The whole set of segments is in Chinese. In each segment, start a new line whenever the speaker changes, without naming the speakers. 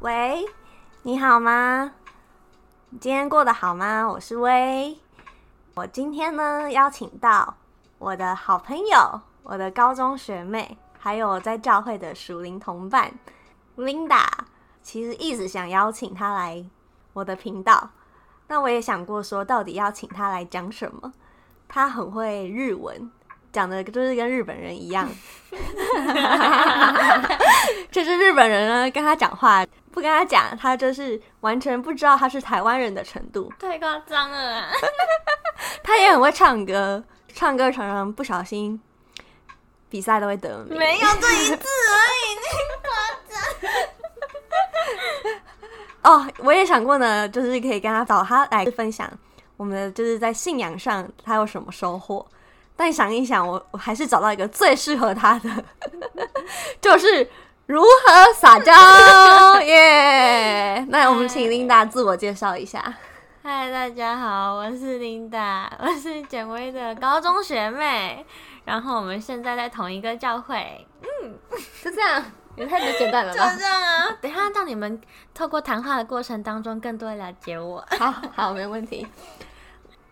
喂，你好吗？你今天过得好吗？我是薇。我今天呢邀请到我的好朋友、我的高中学妹，还有我在教会的属灵同伴 Linda。其实一直想邀请她来我的频道，那我也想过说，到底要请她来讲什么？她很会日文，讲的就是跟日本人一样，就是日本人呢跟她讲话。不跟她讲，她就是完全不知道她是台湾人的程度。
太夸张了 啊！
他也很会唱歌，唱歌常常不小心比赛都会得名。
没有这一次而已，你夸张。
哦，我也想过呢，就是可以跟他找他来分享我们的就是在信仰上他有什么收获。但想一想，我我还是找到一个最适合他的， 就是如何撒娇 耶。那我们请琳达自我介绍一下。
嗨，大家好，我是琳达，我是简薇的高中学妹，然后我们现在在同一个教会，
就这样，也太简单了
就
吧？
这样啊。 等一下让你们透过谈话的过程当中更多地了解我。
好好，没问题。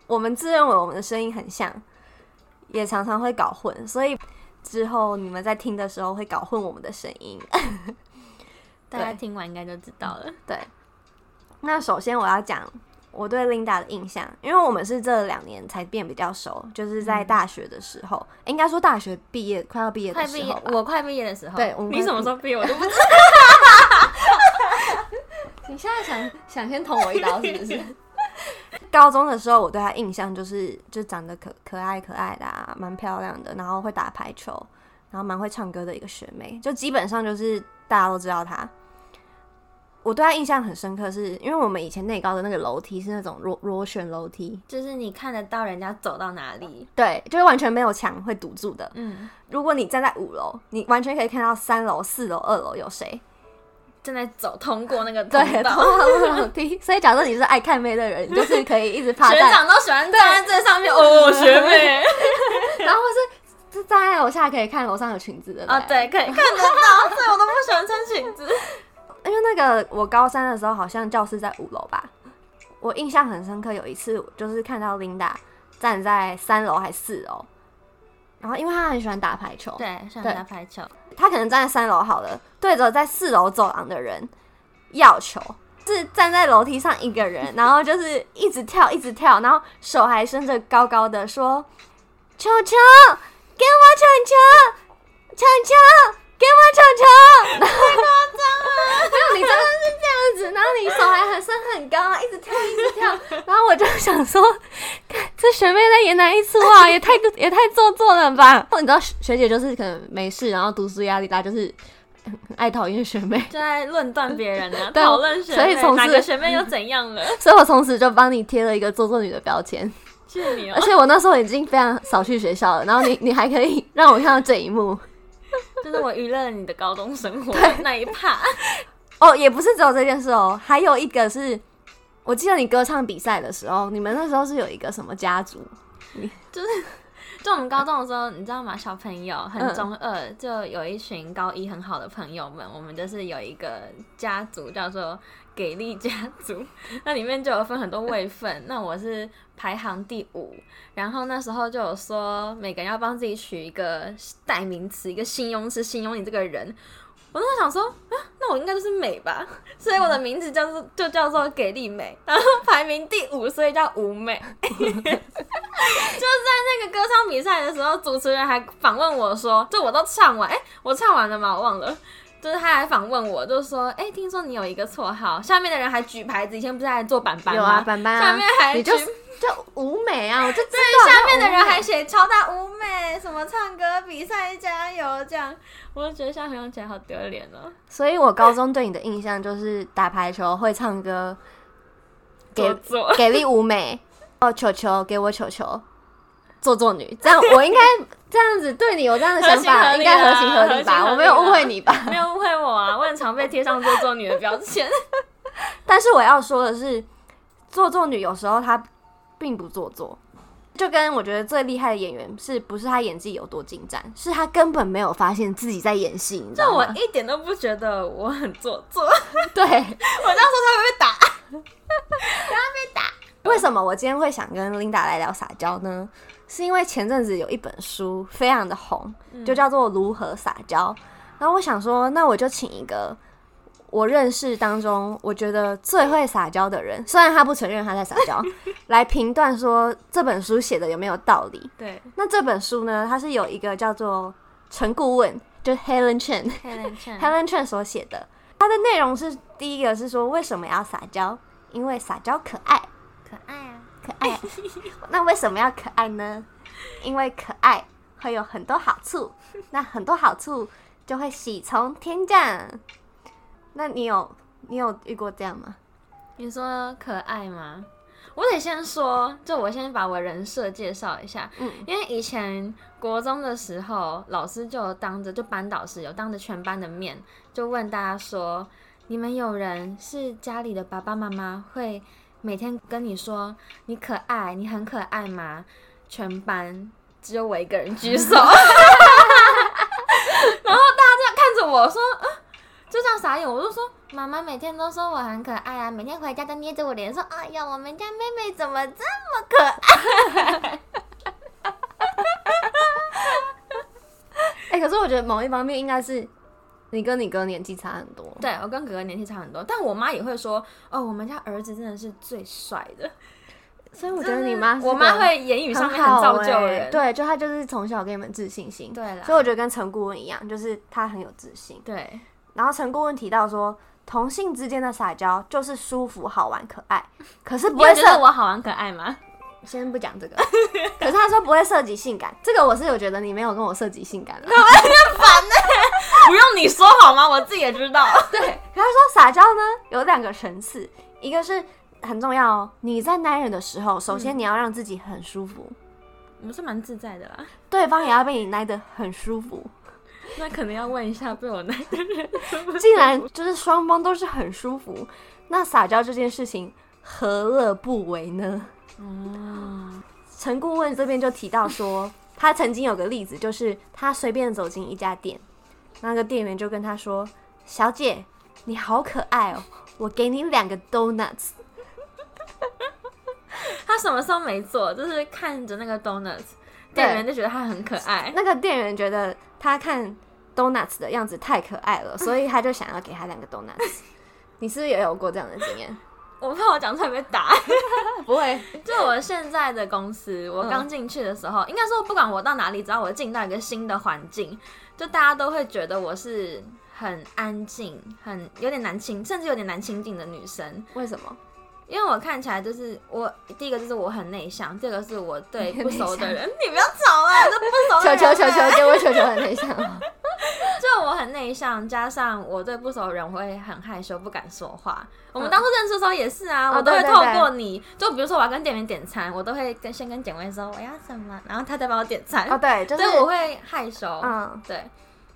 我们自认为我们的声音很像，也常常会搞混，所以之后你们在听的时候会搞混我们的声音。
大家听完应该就知道了。
对，那首先我要讲我对 Linda 的印象，因为我们是这两年才变比较熟，就是在大学的时候，应该说大学毕业快要毕业
嗯快
的
毕
时候
业，
吧。
我快毕业的时候，
对我们
你什么时候毕业我都不知道。
你现在想想先捅我一刀是不是？
高中的时候，我对她印象就是就长得可可爱可爱的、啊，蛮漂亮的，然后会打排球，然后蛮会唱歌的一个学妹，就基本上就是大家都知道她。我对她印象很深刻是，因为我们以前内高的那个楼梯是那种螺螺旋楼梯，
就是你看得到人家走到哪里，
对，就是完全没有墙会堵住的。
嗯，
如果你站在五楼，你完全可以看到三楼、四楼、二楼有谁，
正在走通过那个通
对，通
道。
到楼梯。所以假设你是爱看妹的人，你就是可以一直趴
学
在
长都喜欢站在最上面哦，学妹
然后或是站在楼下可以看楼上有裙子的
啊，
人
对，可以看得到， 所以我都不喜欢穿裙 子。
因为那个我高三的时候好像教室在五楼吧，我印象很深刻。有一次就是看到琳达站在三楼还四楼，然后因为她很喜欢打排球，
对，喜欢打排球，
她可能站在三楼好了，对着在四楼走廊的人要球，是站在楼梯上一个人，然后就是一直跳一直跳，然后手还伸着高高的说：“球球，给我球球，球球，给我球球。”
没有，你真的是这样子，然后你手还很伸很高，一直跳一直跳，然后我就
想说，看这学妹在演哪一出 啊？也太也太做作了吧！你知道学学姐就是可能没事，然后读书压力大，就是很很爱讨厌学妹，
就在论断别人啊，
对
讨论学
所以
妹
从此
哪个学妹又怎样 了？
所以我从此就帮你贴了一个做作女的标签。
去你哦
而！且我那时候已经非常少去学校了，然后你 你还可以让我看到这一幕
就是我娱乐了你的高中生活那一趴，
哦，也不是只有这件事哦，还有一个是我记得你歌唱比赛的时候，你们那时候是有一个什么家族？
就我们高中的时候，你知道吗？小朋友很
嗯
中二，就有一群高一很好的朋友们，我们就是有一个家族叫做给力家族， 那里面就有分很多位份。那我是排行第五，然后那时候就有说每个人要帮自己取一个代名词，一个形容词形容你这个人。我那时候想说啊，那我应该就是美吧， 所以我的名字叫做就叫做给力美，然后排名第五，所以叫五美。 那个歌唱比赛的时候，主持人还访问我说，就我都唱完，哎、我唱完了吗？我忘了。就是他还访问我，就说，哎、听说你有一个绰号，下面的人还举牌子，以前不是还做板板吗？
有啊，板板啊，
下面还
你就
举
就舞美啊，我就知道
对，下面的
你
人
叫舞美
还写超大舞美，什么唱歌比赛加油这样，我就觉得现在回想起来好丢脸哦。
所以我高中对你的印象就是打排球、会唱歌，
做
给
作，
给力舞美，哦，球球给我球球，做作女，这样我 应该
这样子对你有这样的想
合情合
法，
理
应该合
啊
情合理吧？
合情合理啊
我没有误会你吧？
没有误会我 啊，我很常被贴上做作女的标 签。
但是我要说的是，做作女有时候她并不做作，就跟我觉得最厉害的演员是不是他演技有多精湛，是他根本没有发现自己在演戏，你知
这
道
我
吗？
一点都不觉得 我很做作，
对，
我那时候才会被打。
为什么我今天会想跟 Linda 来聊撒娇呢？是因为前阵子有一本书非常的红，就叫做《如何撒娇》。然后我想说，那我就请一个我认识当中我觉得最会撒娇的人，虽然他不承认他在撒娇，来评断说这本书写的有没有道理。
对
那这本书呢，它是有一个叫做陈顾问，就是 Helen Chen，
，Helen Chen，
嗯 Helen Chen 所写的，它的内容是第一个是说为什么要撒娇，因为撒娇可爱，
可爱啊，
可爱。 那为什么要可爱呢？因为可爱会有很多好处，那很多好处就会喜从天降。那你有你有遇过这样吗？
你说可爱吗？我得先说，就我先把我人设介绍一下，
嗯
因为以前国中的时候，老师就有当着就班导师有当着全班的面，就问大家说，你们有人是家里的爸爸妈妈会每天跟你说你可爱，你很可爱吗？全班只有我一个人举手，然 后大家这样看着我说，啊就这样傻眼，我就说妈妈每天都说我很可爱啊，每天回家都捏着我脸说，哎呀，我们家妹妹怎么这么可爱？
哎、可是我觉得某一方面应该是你跟你哥年纪差很多。
对我跟哥哥年纪差很多，但我妈也会说，哦，我们家儿子真的是最帅的。
所以我觉得你妈是
我
个
妈会言语上面很造就
好欸
人，
对，就她就是从小给你们自信心。
对啦
所以我觉得跟陈顾问一样，就是她很有自信。
对
然后陈顾问提到说，同性之间的撒娇就是舒服、好玩、可爱，可是不
你有
会
觉
涉
得我好玩可爱吗？
先不讲这个，可是他说不会涉及性感，这个我是有觉得你没有跟我涉及性 感的。
不用你说好吗？我自己也知道。对，
他说撒娇呢有两个层次，一个是很重要哦，你在男人的时候，首
嗯
先你要让自己很舒服，
我是蛮自在的啦。
对方也要被你奶得很舒服。
那可能要问一下被我那个人。
竟然就是双方都是很舒服，那撒娇这件事情何乐不为呢？
哦，
陈顾问这边就提到说，他曾经有个例子，就是他随便走进一家店，那个店员就跟他说：“小姐，你好可爱哦，我给你两个 donuts。
他什么时候没做？就是看着那个 donuts，
对
店员就觉得他很可”爱。
那个店员觉得他看 donuts 的样子太可爱 了，所以他就想要给他两个 donuts。你是不是也有过这样的经验？
我怕我讲出来被打。
不会，
就我现在的公司，我刚进去的时候，应该说不管我到哪里，只要我进到一个新的环境，就大家都会觉得我是很安静、很有点难亲，甚至有点难亲近的女生。
为什么？
因为我看起来就是我第一个就是我很内向，第二个是我对
你很
不熟的
内
人， 你不要吵了，这不熟的
球
人
球球
欸
球，给我球球很内向哦。
就我很内向，加上我对不熟的人我会很害羞，不敢说话。我们当初认识的时候也是啊，
嗯哦
我都会
对
透
对对
过你，就比如说我要跟店员点餐，我都会跟先跟简薇说我要什么，然后他再帮我点 餐，
哦，对，就
所
是
以我会害羞。
嗯
对。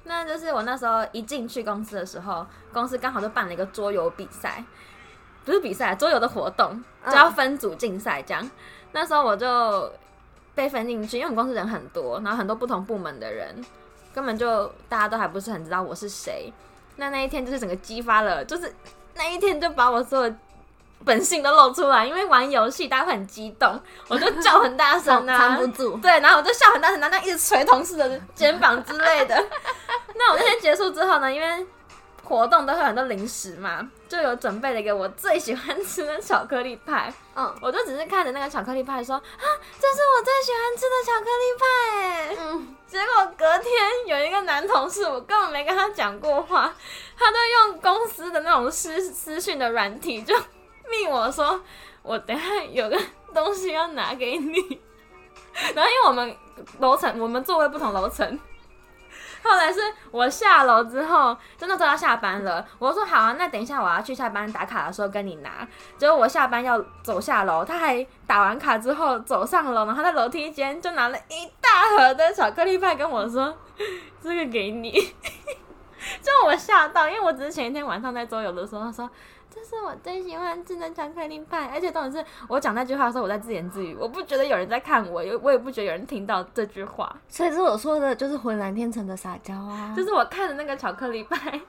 那就是我那时候一进去公司的时候，公司刚好就办了一个桌游比赛，不是比赛，桌游的活动，
嗯
就要分组竞赛这样。那时候我就被分进去，因为我们公司人很多，然后很多不同部门的人，根本就大家都还不是很知道我是谁。那那一天就是整个激发了，就是那一天就把我所有本性都露出来，因为玩游戏大家会很激动，我就叫很大声
藏
啊，
藏不住。
对，然后我就笑很大声，然后那一直捶同事的肩膀之类的。 那我那天结束之后呢，因为活动都会有很多零食嘛，就有准备了一个我最喜欢吃的巧克力派，
嗯
我就只是看着那个巧克力派说啊，这是我最喜欢吃的巧克力派欸。
嗯。
结果隔天有一个男同事，我根本没跟他讲过话，他就用公司的那种私私讯的软体就密我说，我等一下有个东西要拿给你。 然后因为我们楼层，我们座位不同楼层。 后来是我下楼之后，真的都要下班了，我就说好啊，那等一下我要去下班打卡的时候跟你拿。结果我下班要走下楼，他还打完卡之后走上楼，然后在楼梯间就拿了一大盒的巧克力派跟我说：“ 这 个给你。”就我吓到，因为我只是前一天晚上在桌游的时候他说：“这是我最喜欢吃的巧克力派。而且重点是我讲那句话的时候，我在自言自语，我不觉得有人在看我，也我也不觉得有人听到这句话。
所以这我说的就是浑然天成的撒娇啊，
就是我看的那个巧克力派，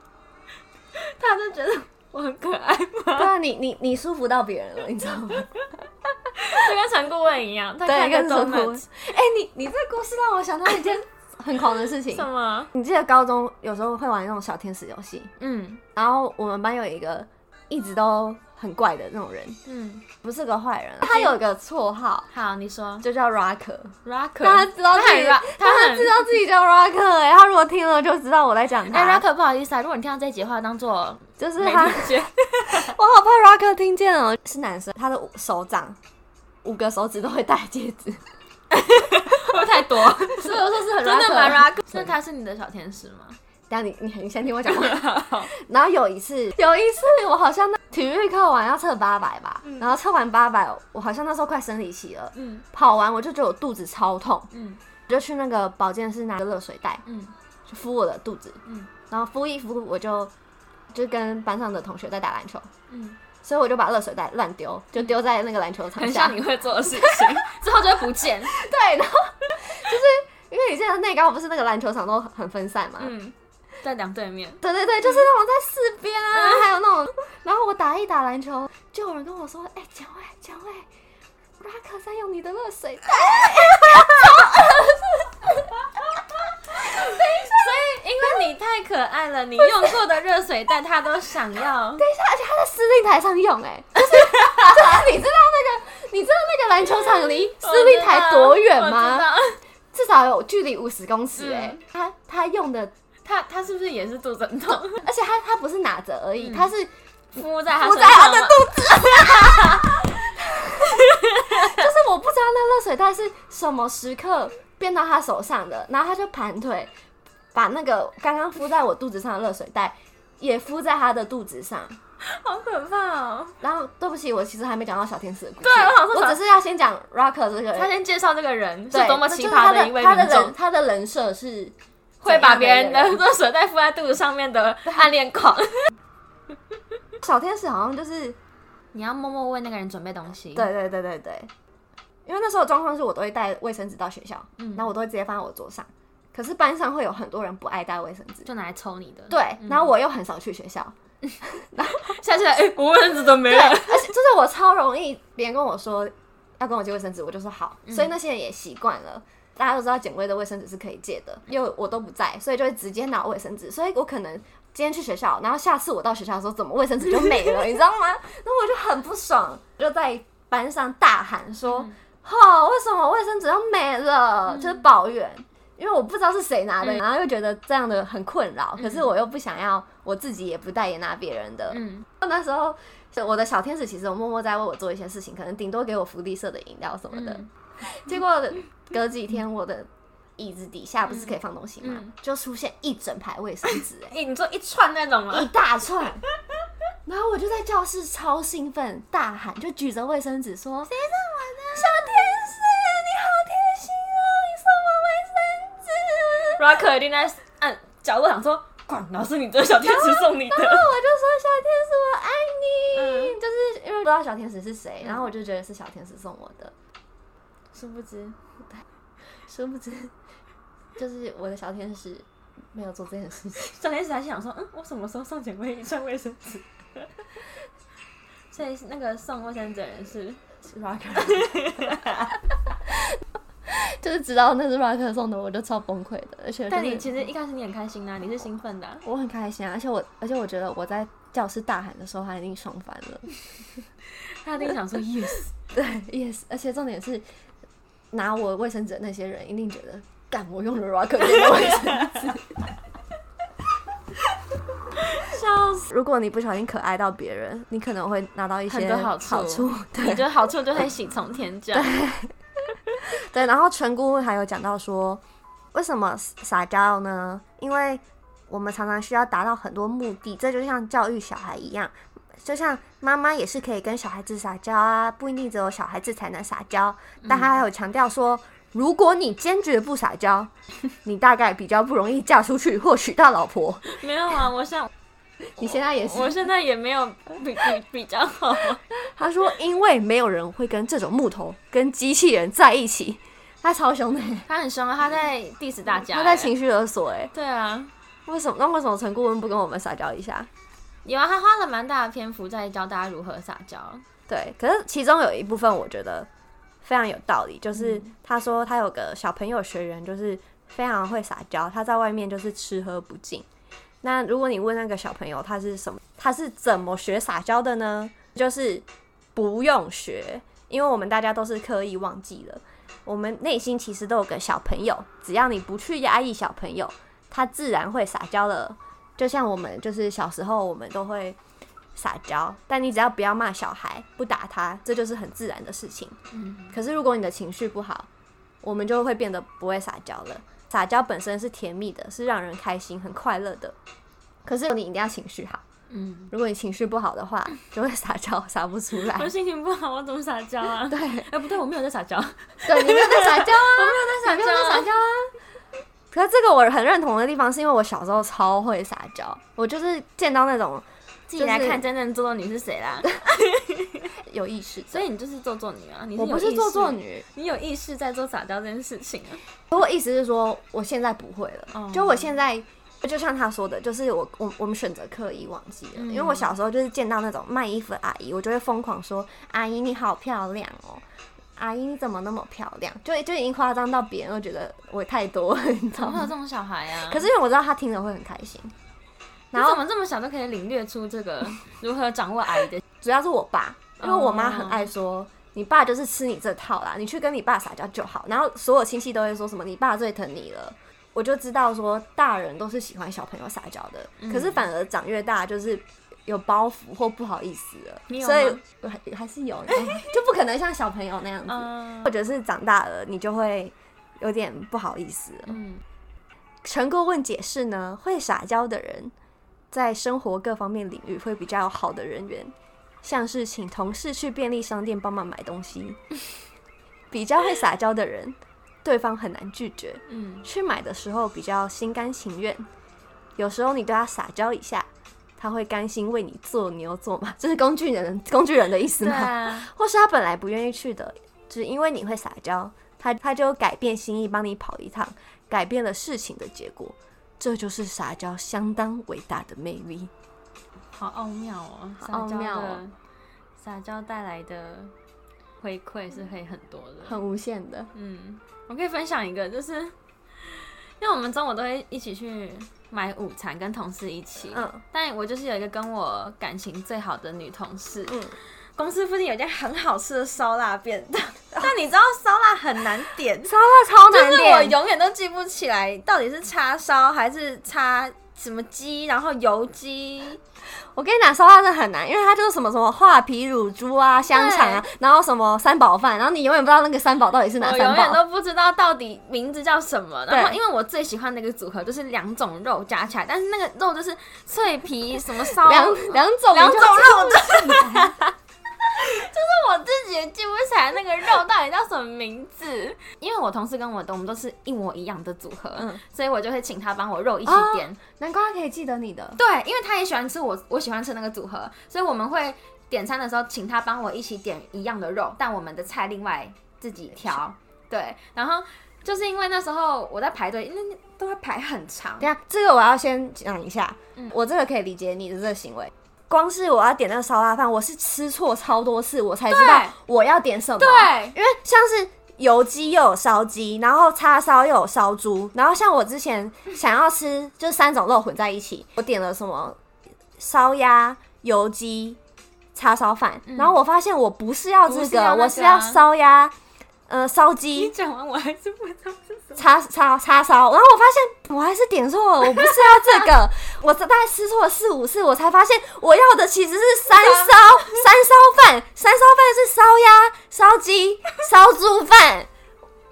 他就觉得我很可爱 吗？
对啊，你你你舒服到别人了，你知道 吗？
就跟陈顾问一样，他看
跟
个
什么？
中
哎、你你这个故事让我想到 一件很狂的事情
什。么？
你记得高中有时候会玩那种小天使游戏，
嗯
然后我们班有一个一直都很怪的那种人，
嗯，
不是个坏人啊，他有一个绰号
好，你说
就叫 Rocker，
Rocker，
大家知道自己，
他很 rock-
大
他
家
很
知道自己叫 Rocker，哎、他如果听了就知道我在讲
哎、
他，
r o c k e r 不好意思啊，如果你听到这一集的话，当做
就是
没
他，
听 见。
我好怕 Rocker 听见哦，是男生，他的五手掌五个手指都会戴戒指，
会不会太多？
所以我说是很 Rocker，
真的吗？Rock，那他是你的小天使 吗？
等一下你你你先听我 讲完。然后有一次，有一次我好像那体育课完要测八百吧，然后测完八百，我好像那时候快生理期了，
嗯
跑完我就觉得我肚子超痛，
嗯
我就去那个保健室拿个热水袋
嗯
去敷我的肚子，
嗯
然后敷一敷我就就跟班上的同学在打篮球，
嗯，
所以我就把热水袋乱丢，就丢在那个篮球场
很
下
像。你会做的事情，之后就会不见。
对，然后 就是因为你现在内高不是那个篮球场都很分散嘛，
嗯，在两对面。
对对对，就是那种在四边啊，
嗯
还有那种，然后我打一打篮球，就有人跟我说：“哎、蒋伟，蒋伟，Rock 在用你的热水袋。
所以，因为你太可爱了，你用过的热水袋他都想 要。
等一下，而且他在司令台上用、哎，就是 就是你知道那个，你知道那个篮球场 离 司令台多远
我知
吗？
道？
至少有距离五十公尺、哎、
嗯
他他用的，
他他是不是也是肚子 很痛，
而且他他不是拿着而已，
嗯
他是
敷在他
敷
身
在他
上
的
吗
肚子。就是我不知道那热水袋是什么时刻变到他手上的，然后他就盘腿把那个刚刚敷在我肚子上的热水袋也敷在他的肚子上。
好可怕哦！
然后对不起，我其实还没讲到小天使的故事。
对我啊想说
我
小
只是要先讲 Rocker 这个
他
人，
先介绍这个人
对
是多么
这
奇
就是
葩
他
的一位
他的
民众
人，，他的人设是
会把别人
怎样
的
一个人
热水袋敷在肚子上面的暗恋狂。
小天使好像
嗯
就是
你要默默为那个人准备东西。
对对对对对，因为那时候的状况是我都会带卫生纸到学校，
嗯
然后我都会直接放在我桌上。可是班上会有很多人不爱带卫生纸，
就拿来抽你的。
对，然后我又很少去学校，
下次来，哎、我卫生纸都没
对，
了
而。且就是我超容易，别人跟我说要跟我借卫生纸，我就说好，
嗯
所以那些人也习惯了。大家都知道简薇的卫生纸是可以借的，
嗯
因为我都不在，所以就会直接拿卫生纸。所以我可能今天去学校，然后下次我到学校的时候，怎么卫生纸就没 了，你知道吗？然后我就很不爽，就在班上大喊说：“
嗯
哦，为什么卫生纸要没了？”就是抱怨，因为我不知道是谁拿的，
嗯
然后又觉得这样的很困扰，可是我又不想要我自己也不带也拿别人的，
嗯，
那时候我的小天使其实有默默在为我做一些事情，可能顶多给我福利社的饮料什么的。
嗯
结果隔几天，我的椅子底下不是可以放东西吗？
嗯
就出现一整排卫生纸、欸
哎、你说一串那 种啊
哎，一
吗？
大串。然后我就在教室超兴奋，大喊，就举着卫生纸说：“谁让我的小天使，你好贴心哦，你送我卫生纸。”
Rocker 一定在按角落想说，管老师你这小天使送你 的，
我就说小天使我爱你，
嗯
就是因为不知道小天使是谁，然后我就觉得是小天使送我的，殊不知，殊不知，就是我的小天使没有做这件事情。
小天使还想说，嗯，我什么时候送姐妹一串卫生纸？ 所以那个送卫生纸的人是
Rocker，就是知道那是 Rocker 送的，我就超崩溃的，而且、就是、
但你其实一开始你很开心啊，你是兴奋的啊、
我很开心啊，而且我而且我觉得我在教室大喊的时候，他已经爽翻了。
他一定 想说 yes，
对，yes，而且重点是拿我卫生纸的那些人一定觉得，干我用了 Rock 的卫生纸。
笑死，
如果你不小心可爱到别人，你可能会拿到一
很
些
多好处
处。
你
对
觉得好处就会喜从天降，
对，然后陈顾问还有讲到说，为什么撒娇呢？因为我们常常需要达到很多目的，这就像教育小孩一样。就像妈妈也是可以跟小孩子撒娇啊，不一定只有小孩子才能撒娇。
嗯
但他还有强调说，如果你坚决不撒娇，你大概比较不容易嫁出去，或娶到老婆。
没有啊，我想。
你现在也是。
我现在也没有比比比较好，
他说，因为没有人会跟这种木头跟机器人在一起，他超凶的欸，
他很凶啊，他在 diss 大家欸，
他在情绪勒索哎。
对啊，
为什么？那为什么陈顾问不跟我们撒娇一下？
有啊，他花了蛮大的篇幅在教大家如何撒娇。
对，可是其中有一部分我觉得非常有道理，就是他说他有个小朋友学员，就是非常会撒娇，他在外面就是吃喝不进。那如果你问那个小朋友他是什么，他是怎么学撒娇的呢？就是不用学，因为我们大家都是刻意忘记了，我们内心其实都有个小朋友，只要你不去压抑小朋友，他自然会撒娇了。就像我们就是小时候，我们都会撒娇，但你只要不要骂小孩，不打他，这就是很自然的事情。
嗯，
可是如果你的情绪不好，我们就会变得不会撒娇了。撒娇本身是甜蜜的，是让人开心、很快乐的。可是你一定要情绪好，
嗯，
如果你情绪不好的话，就会撒娇撒不出来
我。心情不好，我怎么撒娇啊？
对
哎，不对，我没有在撒娇，
对，你没有在撒娇啊，
撒
你没有在撒娇啊。可是这个我很认同的地方，是因为我小时候超会撒娇，我就是见到那种
自己来看真正做作女是谁啦。
有意识的，
所以你就是做作女啊，你
我
有
不
意
是
识
做作，女，
你有意识在做撒娇这件事情 啊。
我意思是说，我现在不会了。
哦
就我现在，就像他说的，就是我我我们选择刻意忘记了，
嗯
因为我小时候就是见到那种卖衣服的阿姨，我就会疯狂说：“阿姨你好漂亮哦，阿姨你怎么那么漂亮？”就就已经夸张到别人都觉得我太多了，你知
怎
道
么会有
吗？
这种小孩啊？
可是因为我知道他听了会很开心，
你
然后
怎么这么小就可以领略出这个如何掌握阿姨的？
主要是我爸，因为我妈
哦
很爱说。你爸就是吃你这套啦，你去跟你爸撒娇就好。然后所有亲戚都会说什么你爸最疼你了，我就知道说大人都是喜欢小朋友撒娇的，
嗯
可是反而长越大就是有包袱或不好意思了，
你有吗
所以我还还是有，你知道吗就不可能像小朋友那样子，
嗯
或者是长大了你就会有点不好意思了。
嗯，
陈顾问解释呢，会撒娇的人在生活各方面领域会比较有好的人缘，像是请同事去便利商店帮忙买东西。 比较会撒娇的人，对方很难拒绝，
嗯，
去买的时候比较心甘情愿。有时候你对他撒娇一下，他会甘心为你做牛做马，这是工具人工具人的意思
对
吗？
啊，
或是他本来不愿意去的，只因为你会撒娇，他他就改变心意帮你跑一趟，改变了事情的结果。这就是撒娇相当伟大的魅力。
好奥妙哦，
好奥
撒娇
妙
的
哦
撒娇带来的回馈是会很多的，
很无限的。
嗯，我可以分享一个，就是因为我们中午都会一起去买午餐，跟同事一起。
嗯
但我就是有一个跟我感情最好的女同事，
嗯，
公司附近有一家很好吃的烧腊便 当，但你知道烧腊很难点，
超辣超
就
难
是我
点，
永远都记不起来到底是叉烧还是叉什么鸡，然后油鸡，
我跟你讲，烧腊是很难，因为它就是什么什么画皮乳猪啊、香肠啊，然后什么三宝饭，然后你永远不知道那个三宝到底是哪
我
三
永远
宝。
都不知道到底名字叫什么。然后
对
因为我最喜欢的一个组合就是两种肉加起来，但是那个肉就是脆皮什么烧
两两种
两
你
种
就
肉的，就是我自己也记不起来那个肉到底叫什么名字，因为我同事跟我的我们都是一模一样的组合，
嗯
所以我就会请他帮我肉一起
哦
点。
难怪他可以记得你的。
对，因为他也喜欢吃我我喜欢吃那个组合，所以我们会点餐的时候请他帮我一起点一样的肉，但我们的菜另外自己调。对，然后就是因为那时候我在排队，因为都会排很长
等。一下，这个我要先讲一下，
嗯
我这个可以理解你的这个行为。光是我要点那个烧腊饭，我是吃错超多次，我才知道
对
我要点什么。，
对，
因为像是油鸡又有烧鸡，然后叉烧又有烧猪，然后像我之前想要吃就是三种肉混在一起，我点了什么烧鸭、油鸡、叉烧饭，然后我发现我不是要这
嗯不是要那个啊
我是要烧鸭，呃，烧
你
鸡。
讲完我还是不知道是什么。
叉叉叉烧，然后我发现我还是点错了，我不是要这个，我大概吃错了四五次，我才发现我要的其实是三烧三烧饭，三烧饭是烧鸭、烧鸡、烧猪饭，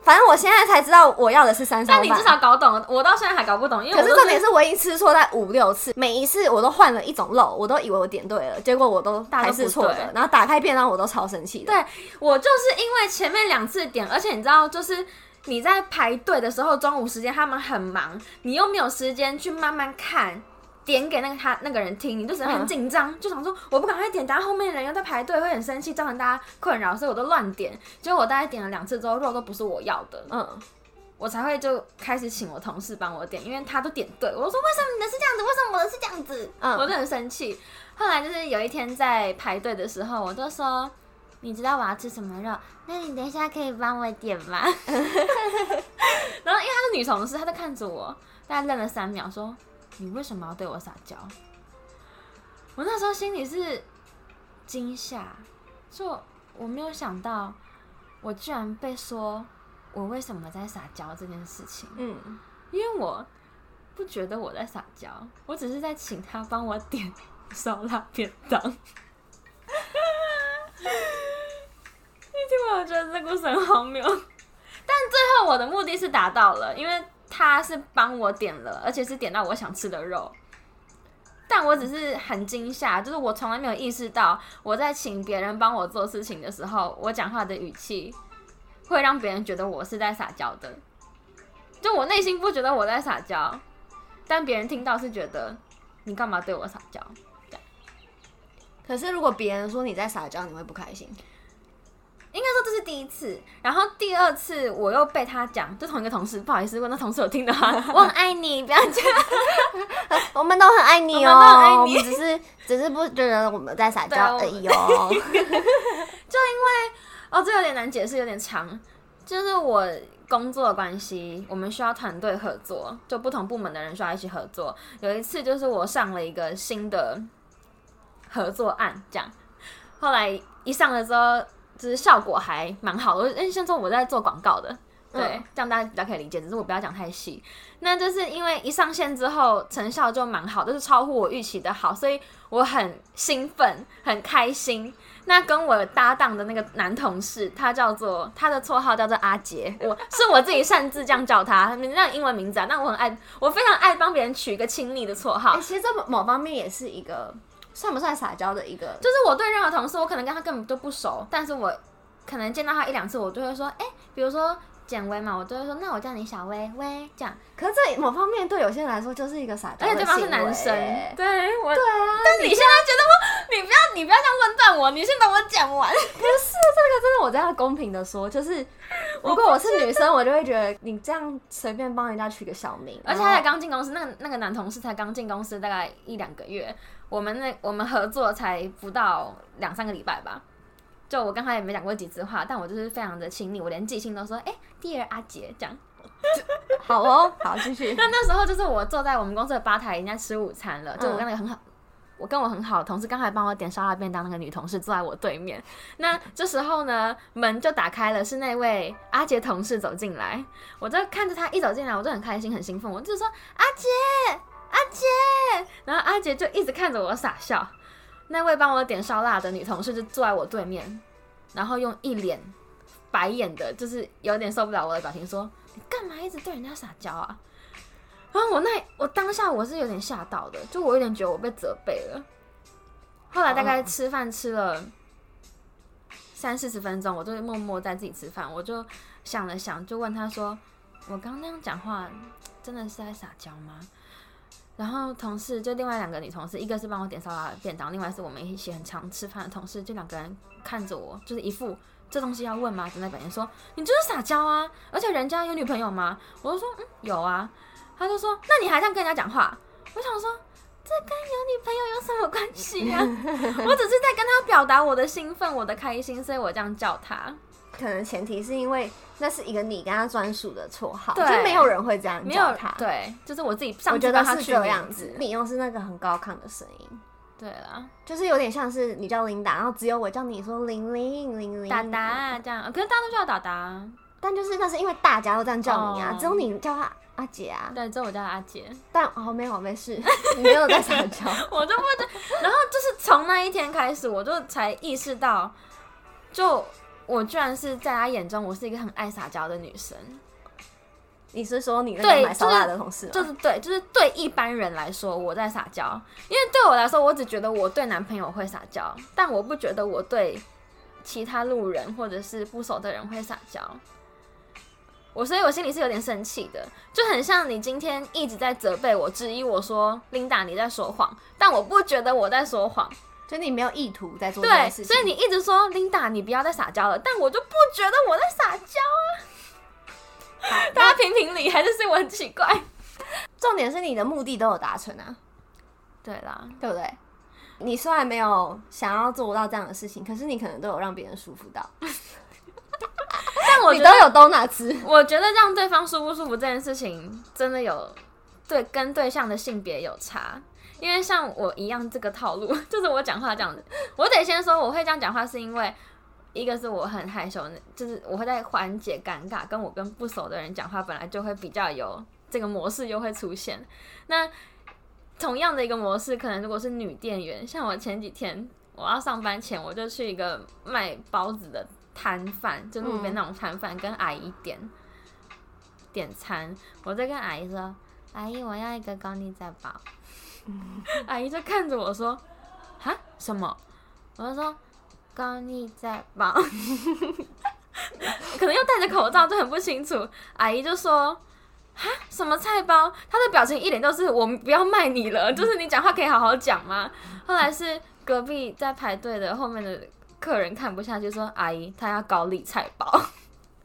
反正我现在才知道我要的是三烧
但
饭。
你至少搞懂了，我到现在还搞不懂，因为
可
我
是
都
重点是我已经吃错在五六次，每一次我都换了一种肉，我都以为我点对了，结果我都
家都
还是
不
错的
对，
然后打开便当我都超生气的。
对我就是因为前面两次点，而且你知道，就是你在排队的时候，中午时间他们很忙，你又没有时间去慢慢看。点给那个他那个人听，你就只能很紧张，就想说我不赶快点，等下后面的人又在排队，会很生气，造成大家困扰，所以我都乱点。结果我大概点了两次之后，肉都不是我要的，
嗯，
我才会就开始请我同事帮我点，因为他都点对，我就说为什么你的是这样子，为什么我的是这样子，
嗯
我就很生气。后来就是有一天在排队的时候，我就说。你知道我要吃什么肉？那你等一下可以帮我点吗？然后因为她是女同事，她就看着我，大概愣了三秒，说：“你为什么要对我撒娇？”我那时候心里是惊吓，就我没有想到，我居然被说我为什么在撒娇这件事情，
嗯，
因为我不觉得我在撒娇，我只是在请他帮我点烧腊便当。 你听完，我觉得这故事很荒谬，但最后我的目的是达到了，因为他是帮我点了，而且是点到我想吃的肉。但我只是很惊吓，就是我从来没有意识到，我在请别人帮我做事情的时候，我讲话的语气会让别人觉得我是在撒娇的。就我内心不觉得我在撒娇，但别人听到是觉得你干嘛对我撒娇？
可是如果别人说你在撒娇，你会不开心。
应该说这是第一次，然后第二次我又被他讲，就同一个同事，不好意思，如果那同事有听的 话，我很爱你，不要这样。
我们都很爱你
我
哦，
们都很爱你
我们只是只是不觉得我们在撒
对啊
娇
我
而已 哦。
哦，这有点难解释，有点长。就是我工作的关系，我们需要团队合作，就不同部门的人需要一起合作。有一次就是我上了一个新的合作案，这样，后来一上了之后，就是效果还蛮好的。我因为像说我在做广告的。对，
嗯
这样大家比较可以理解。只是我不要讲太细，那就是因为一上线之后成效就蛮好，就是超乎我预期的好，所以我很兴奋，很开心。那跟我搭档的那个男同事，他叫做他的绰号叫做阿杰，我是我自己擅自这样叫他， 那英文名字啊。那我很爱，我非常爱帮别人取一个亲昵的绰号
哎，，其实这某方面也是一个算不算撒娇的一个，
就是我对任何同事，我可能跟他根本就不熟，但是我可能见到他一两次，我就会说，哎、比如说简薇嘛，我就会说，那我叫你小薇薇这样，
可是这某方面对有些人来说就是一个撒娇，
而且对方是男生，对我。
对啊，
但你现在觉得我，你不要，你不要这样论断我，你先等我讲完。
真的，我这样公平的说，就是如果我是女生，我就会觉得你这样随便帮人家取个小名，
而且
然
他
后
才刚进公司，那个那个男同事才刚进公司大概一两个月，我们那我们合作才不到两三个礼拜吧。就我刚才也没讲过几次话，但我就是非常的亲密，我连寄信都说，哎、第二阿杰这样。
好哦，好继续。
那那时候就是我坐在我们公司的吧台，人家吃午餐了，就我跟那个很好。我跟我很好的同事，刚才帮我点烧腊便当那个女同事坐在我对面。那这时候呢，门就打开了，是那位阿杰同事走进来。我就看着他一走进来，我就很开心、很兴奋，我就说：“阿杰，阿杰！”然后阿杰就一直看着我傻笑。那位帮我点烧腊的女同事就坐在我对面，然后用一脸白眼的，就是有点受不了我的表情，说：“你干嘛一直对人家撒娇啊？”然后我那我当下我是有点吓到的，就我有点觉得我被责备了。后来大概吃饭吃了三四十分钟，我就默默在自己吃饭，我就想了想，就问他说：“我刚刚那样讲话，真的是在撒娇吗？”然后同事就另外两个女同事，一个是帮我点烧腊便当，另外是我们一起很常吃饭的同事，就两个人看着我，就是一副这东西要问吗？等在表情说嗯你就是撒娇啊，而且人家有女朋友吗？我就说嗯有啊，他就说那你还这样跟人家讲话？我想说这跟有女朋友有什么关系啊？ 我只是在跟他表达我的兴奋，我的开心，所以我这样叫他。
可能前提是因为那是一个你跟他专属的绰号，
对
就没有人会这样
没
叫
有
他。，
对，就是我自己上
我觉
次
得
帮他
是
取
这样
名
子
字。。
你用是那个很高亢的声音，
对啦，
就是有点像是你叫琳达，然后只有我叫你说玲玲玲玲
达达这样，可是大家啊都叫达达，
但就是那是因为大家都这样叫你啊
哦
只有你叫他阿姐啊。
对，之后我叫他阿杰。
但哦，没有没事，你没有在撒娇。
我就不知，然后就是从那一天开始，我就才意识到，就我居然是在他眼中，我是一个很爱撒娇的女生。
你是说你那
对
个买烧
就是
腊的同事吗？
就是对，就是对一般人来说，我在撒娇，因为对我来说，我只觉得我对男朋友会撒娇，但我不觉得我对其他路人或者是不熟的人会撒娇。我所以我心里是有点生气的，就很像你今天一直在责备我、质疑我说琳达你在说谎，但我不觉得我在说谎，
就你没有意图在做这
对
件，事情，
所以你一直说琳达你不要再撒娇了，但我就不觉得我在撒娇啊。大家评评理，还是是我很奇怪。
重点是你的目的都有达成啊，
对啦，
对不对？你虽然没有想要做到这样的事情，可是你可能都有让别人舒服到，
但我
你
觉
都
得，
有 donut 吃。
我觉得让对方舒不舒服这件事情，真的有对跟对象的性别有差。因为像我一样这个套路， 就是我讲话这样子。我得先说，我会这样讲话是因为，一个是我很害羞，就是我会在缓解尴尬，跟我跟不熟的人讲话本来就会比较有这个模式又会出现。那同样的一个模式，可能如果是女店员，像我前几天我要上班前，我就去一个卖包子的摊贩，就路边那种摊贩，跟阿姨点点餐，我在跟阿姨说：“阿姨，我要一个高丽菜包。”阿姨就看着我说：“啊，什么？”我就说：“高丽菜包。” 可能又戴着口罩，就很不清楚。阿姨就说：“啊，什么菜包？”她的表情一脸都是“我们不要卖你了”，就是你讲话可以好好讲吗？后来是隔壁在排队的后面的客人看不下去，说：“阿姨，她要高丽菜包。”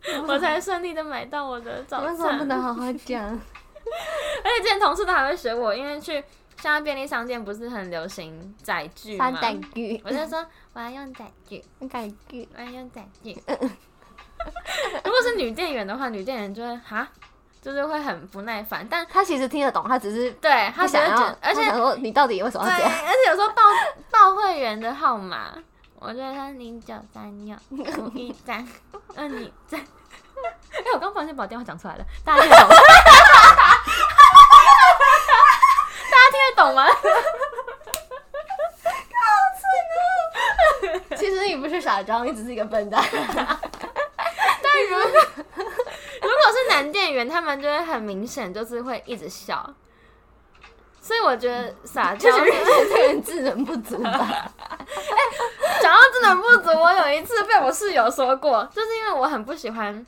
我才顺利的买到我的早
你
餐。
为什么不能好好 讲？
而且之前同事都还会学我，因为去现在便利商店不是很流行载具吗
三？胆句，
我就说我要用载具，
胆句，
我要用载具。 如果是女店员的话，女店员就会哈，就是会很不耐烦，但
他其实听得懂，他只是
对她
不
只会
想
觉
要
得，，而且
他想说你到底为什么要这
对，
样？
而且有时候报报会员的号码，我觉得零九三六五 一三二零三。哦哎、我刚发现把电话讲出来了，大家听得懂吗？大家听得懂吗？
其实你不是傻张，你只是一个笨 蛋。
如果是男店员，他们就会很明显，就是会一直笑。所以我觉得撒娇
就，是这个人智能不足吧？
讲到智能不足，我有一次被我室友说过，就是因为我很不喜欢。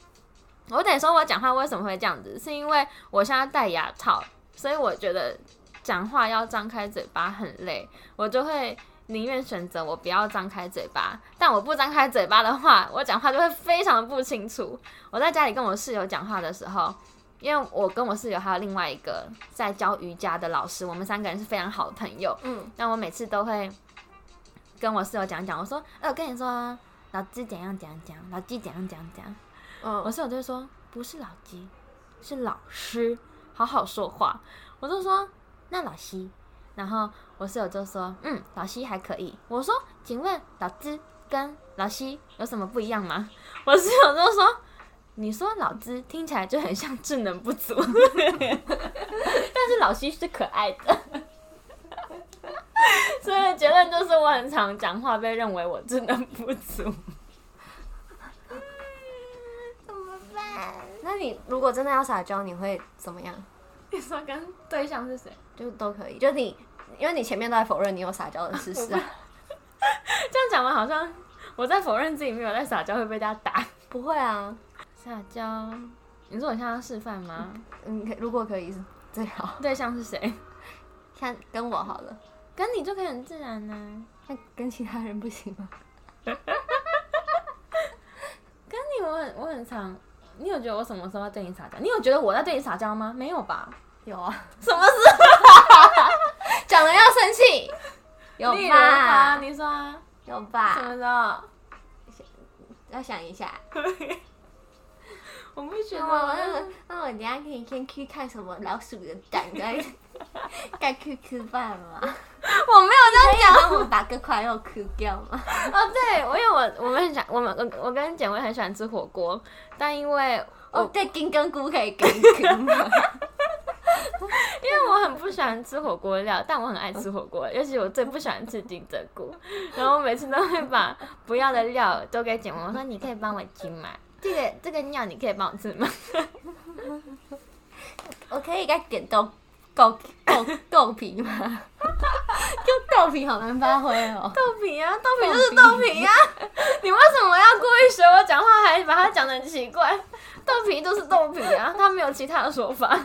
我得说，我讲话为什么会这样子，是因为我现在戴牙套，所以我觉得讲话要张开嘴巴很累，我就会宁愿选择我不要张开嘴巴。但我不张开嘴巴的话，我讲话就会非常的不清楚。我在家里跟我室友讲话的时候，因为我跟我室友还有另外一个在教瑜伽的老师，我们三个人是非常好的朋友。
嗯，
那我每次都会跟我室友讲一讲，我说，呃，我跟你说啊，老鸡怎样怎样怎样，老鸡怎样怎样怎样。我
嗯，
室友就会说，不是老鸡，是老师，好好说话。我就说，那老西，然后我室友就说，嗯，老西还可以。我说，请问老鸡跟老西有什么不一样吗？我室友就说。你说老鸡听起来就很像智能不足， 但是老西是可爱的。所以结论就是，我很常讲话被认为我智能不足。
那你如果真的要撒娇，你会怎么样？
你说跟对象是谁？
就都可以，就你，因为你前面都在否认你有撒娇的事实啊，
这样讲完好像我在否认自己没有在撒娇，会被大家打。
不会啊，
撒娇，你说我现在要示范吗？
嗯，可如果可以是最好，
对象是谁？
看跟我好了，
跟你就可以很自然呢、啊
那跟其他人不行吗？
跟你我很我很常。你有觉得我什么时候要对你撒娇？你有觉得我在对你撒娇吗？没有吧？
有啊，
什么时
讲了要生气，有
候？例如啊
吧？
你说啊？
有
什么
吧？
时候？
要想一下。
哦我不觉
那我那我那我等一下可以先去看什么老鼠的蛋盖 盖 QQ 饭吗？
我没有这样
可以帮我把个块肉 Q 掉吗？
哦，对，我因为我我们很喜欢，我们我我跟简薇很喜欢吃火锅，但因为我、
哦，对，金针菇可以跟 Q 吗？
因为我很不喜欢吃火锅料，但我很爱吃火锅，尤其我最不喜欢吃金针菇，然后我每次都会把不要的料都给简薇，我说你可以帮我吃吗？这个这个料你可以帮我吃吗？
我可以再点 豆豆豆豆皮吗？ 就豆皮好难发挥 哦。
豆皮啊，豆 皮就是豆皮啊！你为什么要故意学我讲话，还把它讲的很奇怪？豆皮就是豆皮啊，他没有其他的说法。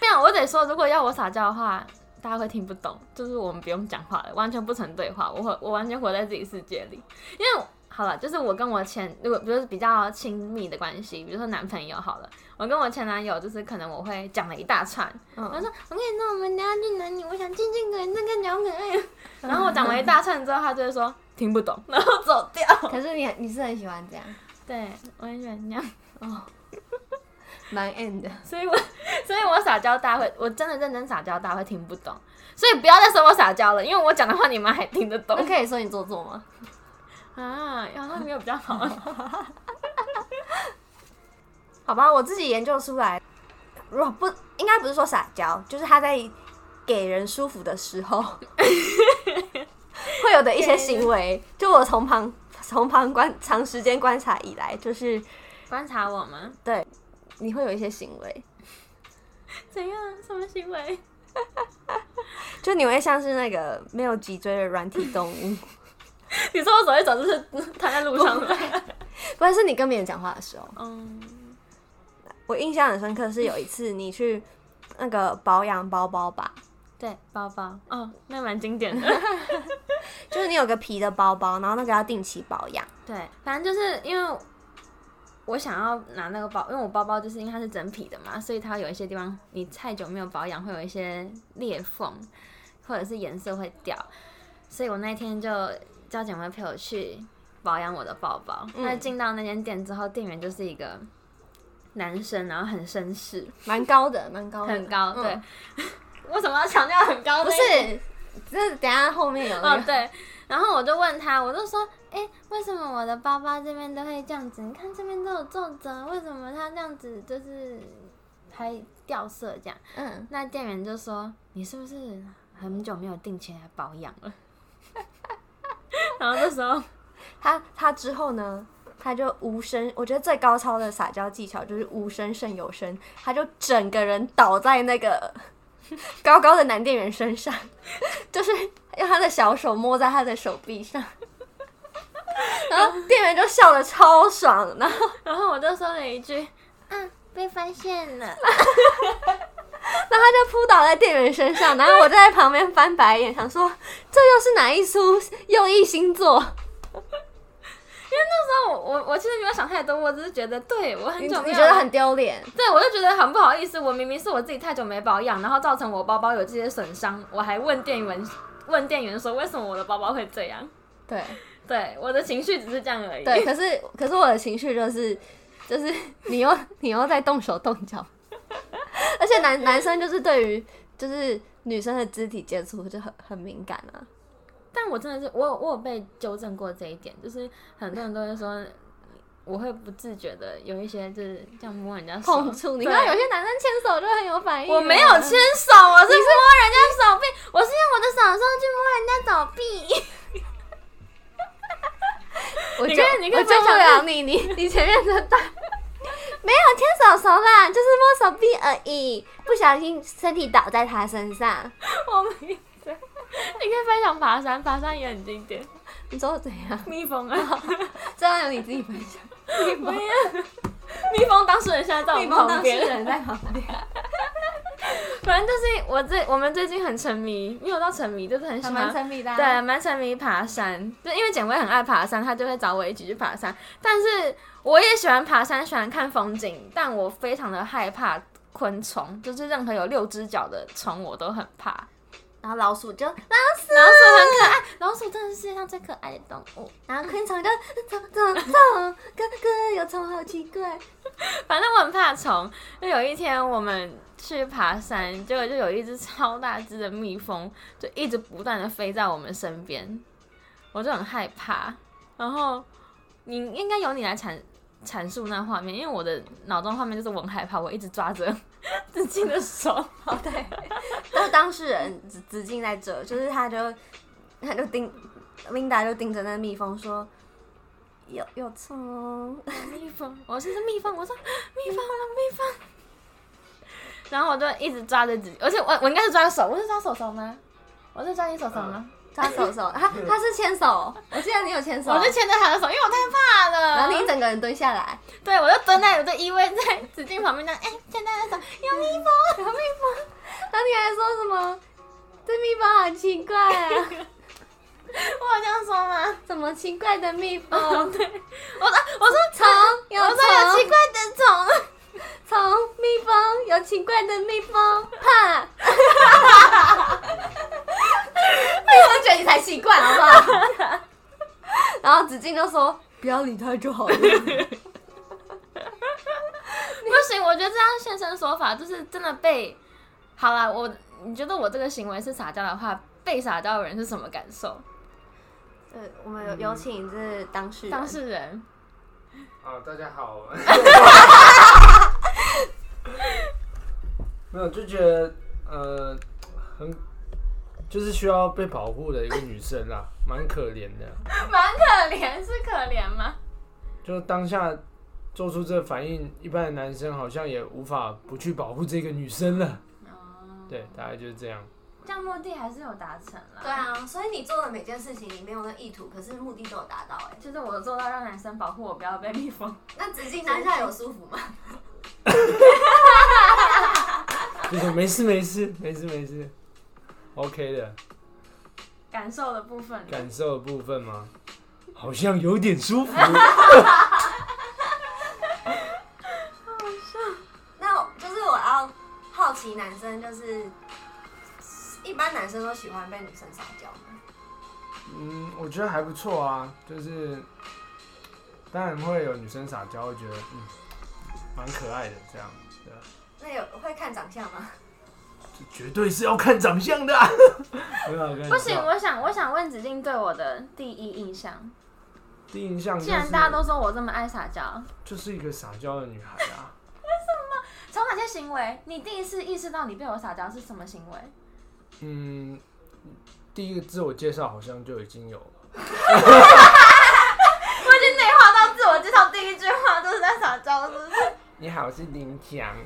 这样我得说，如果要我撒娇的话，大家会听不懂，就是我们不用讲话了，完全不成对话，我会我完全活在自己世界里，因为。好了，就是我跟我前，如果就是比较亲密的关系，比如说男朋友好了，我跟我前男友就是可能我会讲了一大串，我
嗯，
说我跟你说，我们等一下去哪里？我想见这个那个鸟可 爱。然后我讲完一大串之后，他就会说听不懂，然后走掉。
可是你很你是很喜欢这样，
对，我很喜欢这样，
蛮 end 的。
所以我 所以我撒娇大会，我真的认真撒娇大会听不懂，所以不要再说我撒娇了，因为我讲的话你们还听得懂
那可以说你做作吗？
啊。然后没有比较好，
好吧，我自己研究出来，如果不应该不是说撒娇，就是他在给人舒服的时 候会有的一些行为，就我从旁从旁观长时间观察以来，就是
观察我吗？
对你会有一些行为，
怎样？什么行为？
就你会像是那个没有脊椎的软体动 物，
你说我走一走就是躺在路上的？
不然是你跟别人讲话的时候。
嗯，
我印象很深刻是有一次你去那个保养包包吧，
对，包包，哦，那蛮经典 的。
就是你有个皮的包包，然后那个要定期保养。
对，反正就是因为我想要拿那个包，因为我包包就是因为它是真皮的嘛，所以它有一些地方你太久没有保养会有一些裂缝，或者是颜色会掉，所以我那天就叫姐妹陪我去保养我的包包。
嗯
那进到那间店之后，店员就是一个男生，然后很绅士，
蛮高的，蛮高的，
很高，
嗯
对。 为什么要强调很高？
不是，这等一下后面有那
哦，
个，
对。然后我就问他，我就说，哎、为什么我的包包这边都会这样子？你看这边都有皱褶，为什么它这样子就是还掉色这样？
嗯，
那店员就说，你是不是很久没有定期来保养了？ 然后那时候，
他他之后呢，他就无声，我觉得最高超的撒娇技巧就是无声胜有声，他就整个人倒在那个 高高的男店员身上， 就是用他的小手摸在他的手臂上。 然后店员就笑得超爽，然后
然后我就说了一句，嗯，被发现了。
然后他就扑倒在店员身上，然后我就在旁边翻白眼，想说这又是哪一出又一星座？
那时候我我我其实没有想太多，我只是觉得，对我很
你
久没
你
有
觉得很丢脸？
对，我就觉得很不好意思，我明明是我自己太久没保养，然后造成我包包有这些损伤，我还问店员问店员说为什么我的包包会这样？
对。
对，我的情绪只是这样而已。
对，可是可是我的情绪就是就是 你又你又在动手动脚， 而且男男生就是对于就是女生的肢体接触就很很敏感啊。
但我真的是我有我有被纠正过这一点，就是很多人都会说。我会不自觉的有一些就是这样摸人家手，
碰触，你
啊对
看有些男生牵手就很有反应。啊
我没有牵，手，我是摸人家手臂，我是用我的手上去摸人家手臂。
我
你
就
看你看
我救不
这样
了你，你你前面的大没有牵手手啦，就是摸手臂而已，不小心身体倒在他身上。
我没有， 你可以分享爬山，爬山也很经典，
你说我怎样？
蜜蜂 啊。
这样由你自己分享。
不要，蜜蜂当事人现在在我们旁边。
在旁 边。
反正就是我最我们最近很沉迷，没有到沉迷，就是很喜
还蛮
欢。
神秘的、啊。
对，蛮沉迷爬山，就因为简薇很爱爬山，她就会找我一起去爬山。但是我也喜欢爬山，喜欢看风景，但我非常的害怕昆虫，就是任何有六只脚的虫我都很怕。
然后老鼠就，啊
老鼠很可爱，老鼠真的是世界上最可爱的动物。
哦然后昆虫就走走走，哥哥有虫好奇怪。
反正我很怕虫。就有一天我们去爬山，结果就有一只超大只的蜜蜂，就一直不断的飞在我们身边，我就很害怕。然后你应该由你来阐阐述那画面，因为我的脑中画面就是我很害怕，我一直抓着自己的手。
对，但是当事人紫紫禁在这，就是他就他就盯琳达就盯着那蜜蜂说。有有哦虫，
蜜蜂，我是只蜜蜂，我说啊蜜蜂了，蜜蜂。然后我就一直抓着自己，而且我我应该是抓手，我是抓手手吗？我是抓你手手吗？
抓手手，他他是牵手，我记得你有牵手，
我就牵着他的手，因为我太怕了。
然后你一整个人蹲下来，
对我就蹲在，我就依偎在子敬旁边，这样哎，牵他的手，有蜜蜂，有蜜蜂。
然后你还说什么？这蜜蜂好奇怪啊，
我有这样说吗？哦
怎么奇怪的蜜蜂？
我说我说
虫有
我说有奇
虫，
怪的虫，
虫 蜜蜂有奇怪的蜜蜂，怕。 你们哎觉得你才奇怪好不好？ 然后子敬就说：“不要理他就好 了。
不行，我觉得这样现身说法就是真的被。好啦，我你觉得我这个行为是撒娇的话，被撒娇的人是什么感受？”
对，我们有有请这嗯当事人
当事人，
啊，大家好。 没有，就觉得呃，很就是需要被保护的一个女生啦， 蛮可怜的。
蛮可怜，是可怜吗？
就当下做出这反应，一般的男生好像也无法不去保护这个女生了。
哦，
对，大概就是这样。
这样目的还是有达成啦。
对，啊，所以你做的每件事情，你没有那意图，可是目的都有达到、哎，
就是我做到让男生保护我，不要被蜜蜂。
那子敬当下有舒服吗？
就说没事没事没事没事，OK 的。
感受的部分，
感受的部分吗？好像有点舒服。
那我就是我要好奇男生，就是一般男生都喜欢被女生撒娇吗？
嗯，我觉得还不错啊，就是当然会有女生撒娇，会觉得嗯蛮可爱的这样，对啊，
那有会看长相吗？
这绝对是要看长相的、啊。 没有，
不行，我想我想问子敬对我的第一印象。
第一印象、就是，
既然大家都说我这么爱撒娇，
就是一个撒娇的女孩啊，
从哪些行为你第一次意识到你被我撒娇是什么行为？
嗯，第一个自我介绍好像就已经有了。
我已经内化到自我介绍第一句话就是在撒娇，是不是？
你好，我是林强。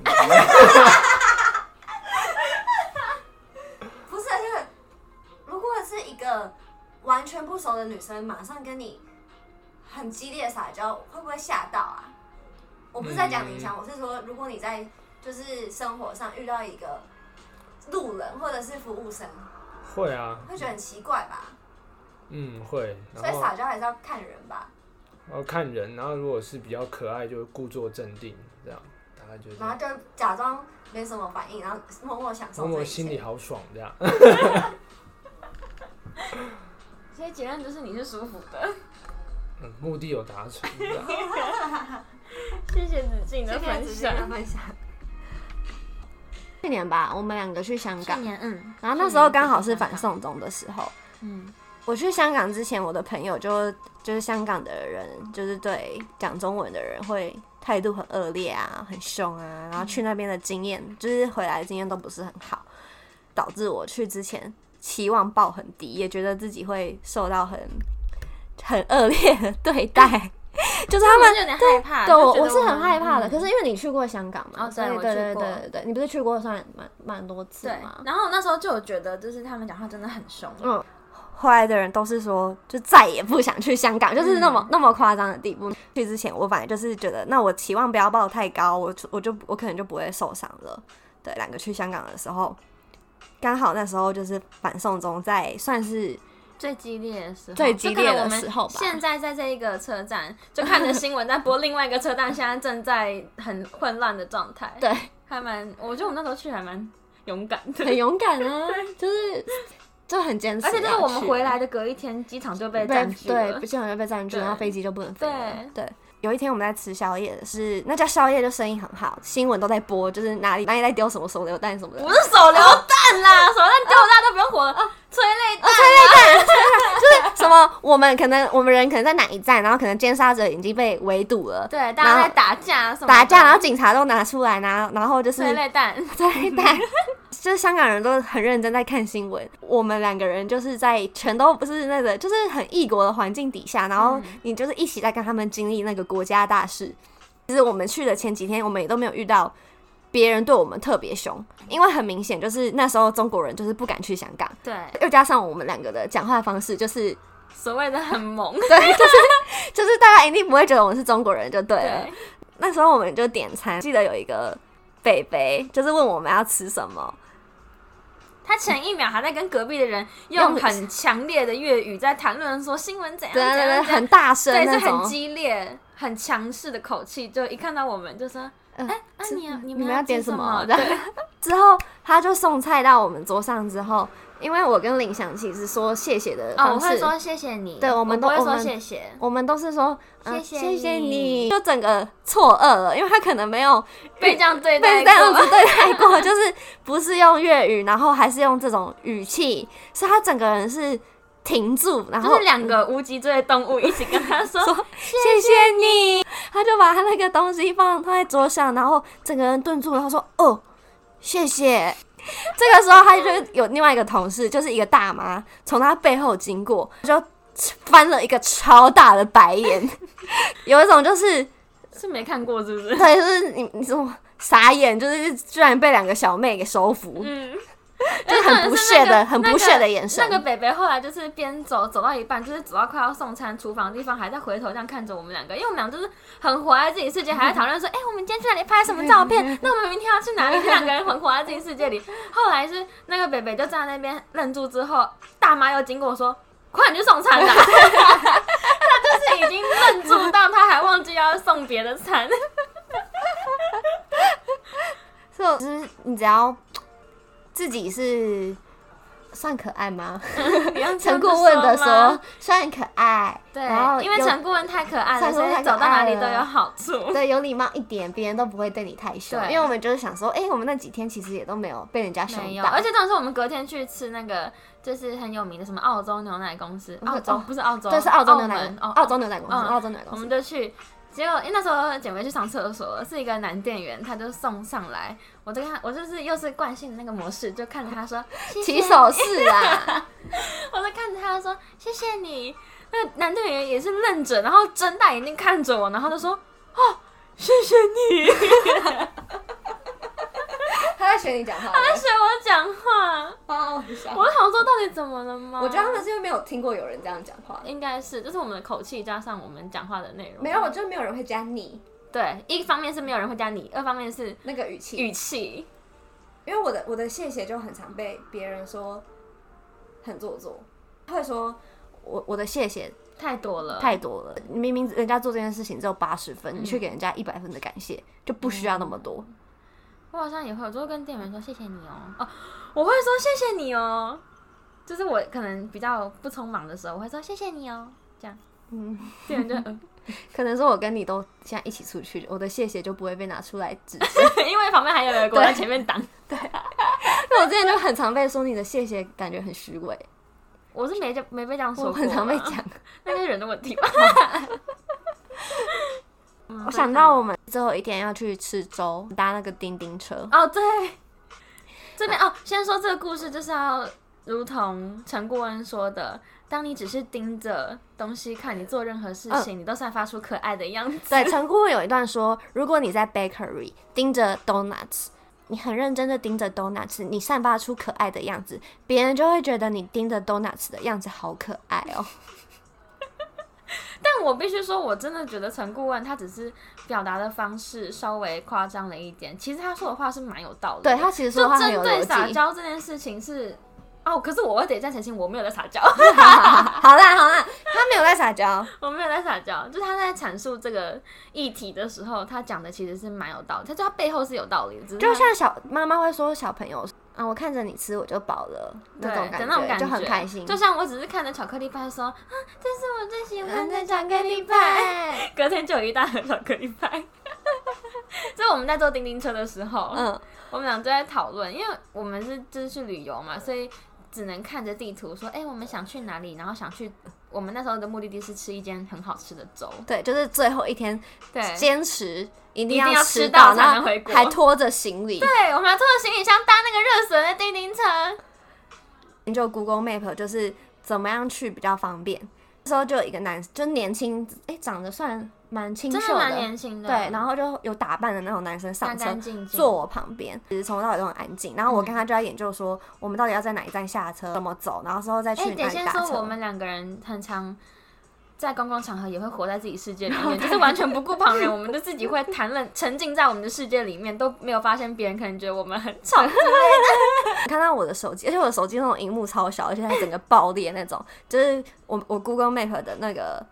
不是，啊就是如果是一个完全不熟的女生，马上跟你很激烈的撒娇，会不会吓到啊？我不是在讲影
嗯
响，我是说，如果你在就是生活上遇到一个路人或者是服务生，
会啊，
会觉得很奇怪吧？
嗯，会。
所以
然后
撒娇还是要看人吧。
然后看人，然后如果是比较可爱，就会故作镇定，这样大概就是这
然后
样。
就假装没什么反应，然后默默享受
默
这一切。
默心里好爽，这样。
所以结论就是你是舒服的。
嗯，目的有达成。这样
谢谢子敬的分享。
分享。去年吧，我们两个去香港，
年，嗯
然后那时候刚好是反，送中的时候。
嗯，
我去香港之前，我的朋友就就是香港的人，就是对讲中文的人会态度很恶劣啊，很凶啊，然后
嗯
去那边的经验，就是回来的经验都不是很好，导致我去之前期望抱很低，也觉得自己会受到很很恶劣的对 待，就是他
他
们
们有点害怕。
对，我
就觉得
我是很害怕的。
嗯
可是因为你去过香港嘛，
哦对
所以
我
对
去
对
过
对对对，你不是去过算蛮蛮多次
对
吗，？
然后那时候就有觉得，就是他们讲话真的很凶。
嗯，后来的人都是说，就再也不想去香港， 就是那么、
嗯
那么夸张的地步。去之前，我反正就是觉得，那我期望不要抱太高，我就我就我可能就不会受伤了。对，两个去香港的时候，刚好那时候就是反送中在算是
最激烈的时候，
最激烈的
就可能我们
时候吧
现在在这一个车站，就看着新闻在播，另外一个车站现在正在很混乱的状态。
对，
还蛮，我觉得我们那时候去还蛮勇敢的，
很勇敢啊，就是就很坚持
而
要去，
且就是我们回来的隔一天，机场就被
被
占据
对，
了
不。幸好就被占据，
对
然后飞机就不能飞了。
对
对，有一天我们在吃宵夜，是那家宵夜就生意很好，新闻都在播，就是哪里哪里在丢什么手榴弹什么的。
不是手榴弹啦， 手榴弹丢了大家都不用活了，催泪
哦
弹。
什么？我们可能我们人可能在哪一站，然后可能尖沙咀已经被围堵了，
对，大家
然
在
后
打架什么的
打架，然后警察都拿出来，然后然后就是
催泪 弹。
对对，就是香港人都很认真在看新闻，我们两个人就是在全都不是那个，就是很异国的环境底下，然后你就是一起在跟他们经历那个国家大事。其实我们去的前几天，我们也都没有遇到别人对我们特别凶，因为很明显就是那时候中国人就是不敢去香港，
对，
又加上我们两个的讲话方式，就是
所谓的很萌，
对，就是就是大家一定不会觉得我们是中国人就对了。
对，
那时候我们就点餐，记得有一个北北就是问我们要吃什么，
他前一秒还在跟隔壁的人
用
用很强烈的粤语在谈论说新闻怎样
对
怎
对对，
样怎样，
很大声
啊对，
那
是
种
很。激烈、很强势的口气，就一看到我们就说：“
嗯
哎，啊你啊
你
们
们要点
吃
什
什
么
对，
之后他就送菜到我们桌上之后，因为我跟林想琪是说谢谢的
哦，我
方
会
式，
说谢谢你，
对我
我
们
不
都
会
我
说
们
谢谢，
我们都是说、嗯
谢谢
谢谢
你
你，就整个错愕了，因为他可能没有
被这样对待
被这样
过
子对待过， 就是不是用粤语，然后还是用这种语气，所以他整个人是停住，然
就
后
是两个无脊椎的动物一起跟他 说
说谢谢你，他就把他那个东西放放在桌上，然后整个人顿住，然后说哦谢谢。这个时候，他就有另外一个同事，就是一个大妈，从他背后经过，就翻了一个超大的白眼， 有一种就是
是没看过是不是？
对，就是你你怎么傻眼，就是居然被两个小妹给收服，
嗯，
就是很不屑的、很不屑的眼神。
那个北北后来就是边走走到一半，就是走到快要送餐厨房的地方，还在回头这样看着我们两个，因为我们俩就是很活在自己世界，还在讨论说，
嗯
哎、我们今天去哪里拍什么照片？ 那我们明天要去哪里？就两个人很活在自己世界里。后来是那个北北就站在那边愣住之后，大妈又经过说，快点去送餐 啦！他就是已经愣住到他还忘记要送别的 餐，
所以我就是你只要自己是算可爱吗？
你用这
陈
样
顾
子
问的
吗
说，算可爱，然后
对，因为
有
陈顾问太可爱了，
陈顾
所
问
以
太
走
可
到哪
爱
里都
了
有好处。
对有礼貌一点，别人都不会对你太凶。
对
因为我们就是想说，哎、我们那几天其实也都没有被人家凶
没有，
到，
而且当时我们隔天去吃那个就是很有名的什么澳洲牛奶公司，
嗯
澳洲、
哦
不是澳洲，
这是澳洲牛奶
门
公
哦，
澳洲牛奶公司，
嗯
澳洲牛奶公
我
司
们。就去。结果因为那时候姐妹去上厕所，是一个男店员，他就送上来，我就看我就是又是惯性的那个模式，就看着 他说谢
起
谢
手式 啊，
我就看着他说谢谢你。那个男队员也是愣着，然后睁大眼睛看着我，然后就说哦谢谢 你，
他在学你讲话，
他 学我讲话。
好好笑
我想说到底怎么了吗？
哎我觉得他们是因为没有听过有人这样讲话，
应该是，就是我们的口气加上我们讲话的内容。
没有，我觉得没有人会加你
对，一方面是没有人会加你，二方面是
那个语气，
语气。
因为我的我的谢谢就很常被别人说很做作，他会说我我的谢谢
太多了，
太多了，明明人家做这件事情只有八十分，你却
嗯
给人家一百分的感谢，就不需要那么多。
我好像也会，我就会跟店员说谢谢你哦，哦，我会说谢谢你哦，就是我可能比较不匆忙的时候，我会说谢谢你哦，这样
嗯，
店员就、嗯
可能是我跟你都现在一起出去，我的谢谢就不会被拿出来指责。
因为旁边还有人我在前面挡，
因为我之前就很常被说你的谢谢感觉很虚伪，
我是没这没被这样
我
说过，啊
很常被 讲，。
那是人的问题吧。嗯
我想到我们最后一天要去吃粥，搭那个叮叮车。
哦，对，这边哦，先说这个故事就是要如同陈顾问说的，当你只是盯着东西看，你做任何事情，
嗯
你都散发出可爱的样子。
对，陈顾问有一段说，如果你在 bakery 盯着 donuts，你很认真的盯着 donuts，你散发出可爱的样子，别人就会觉得你盯着 donuts 的样子好可爱哦。
但我必须说，我真的觉得陈顾问他只是表达的方式稍微夸张了一点，其实他说的话是蛮有道理的。
对他其实说
就
话很
针
有
对
逻
撒
辑。
娇这件事情是。哦，可是我得再澄清，我没有在撒 娇，
好啦好啦，他没有在撒娇，
我没有在撒娇，就是他在阐述这个议题的时候，他讲的其实是蛮有道理，他就他背后是有道理的，只是
就
他
像小妈妈会说小朋友，啊，我看着你吃我就饱了那
对
种
的
感
那种感
就很开心。
就像我只是看着巧克力派说，啊，这是我最喜欢
嗯
的
那
巧克力派，
派，
隔天就有一大盒巧克力派。 所以我们在坐叮叮车的时候，
嗯，
我们俩就在讨论，因为我们是就是去旅游嘛，所以只能看着地图说，哎、我们想去哪里，然后想去。我们那时候的目的地是吃一间很好吃的粥，
对，就是最后一天
对。
坚持一定
一定要吃
吃
到
到，
才能
然后
回国
还拖着行李。
对，我们还拖着行李箱搭那个热水的叮叮车，
研究 Google Map 就是怎么样去比较方便。那时候就有一个男，就年轻，哎、长得算蛮清
真的
秀
蛮年轻的，
对，然后就有打扮的那种男生上
干
车
干净净，
坐我旁边，其实从头到尾都很安静。然后我跟他就在研究说，我们到底要在哪一站下车，怎么走，然后之后再
哎、
去哪
得
里
先
打
说，我
车。
们两个人很常在公共场合也会活在自己世界里 面，就是完全不顾旁人，我们就自己会谈论沉浸在我们的世界里面，都没有发现别人可能觉得我们很吵。
看到我的手机，而且我的手机那种荧幕超小，而且它整个爆裂那种。就是我我 Google Map 的那个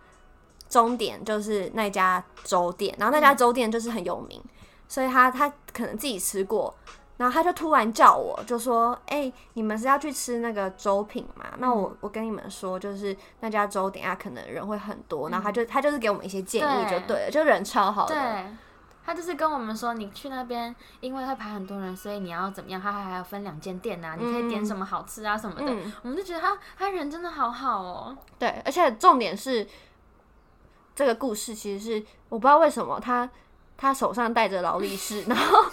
终点就是那家粥店，然后
嗯
那家粥店就是很有名，所以他他可能自己吃过。然后他就突然叫我，就说：“哎、你们是要去吃那个粥品吗？那
嗯
我我跟你们说，就是那家粥，等一下可能人会很多。然后他就他就是给我们一些建议，就
嗯对
对了，就人超好的。
对，他就是跟我们说，你去那边，因为会排很多人，所以你要怎么样？他还还要分两间店呐、啊你可以点什么好吃啊什么的。
嗯，
我们就觉得他他人真的好好哦，
对，而且重点是，这个故事其实是我不知道为什么他他手上戴着劳力士，然后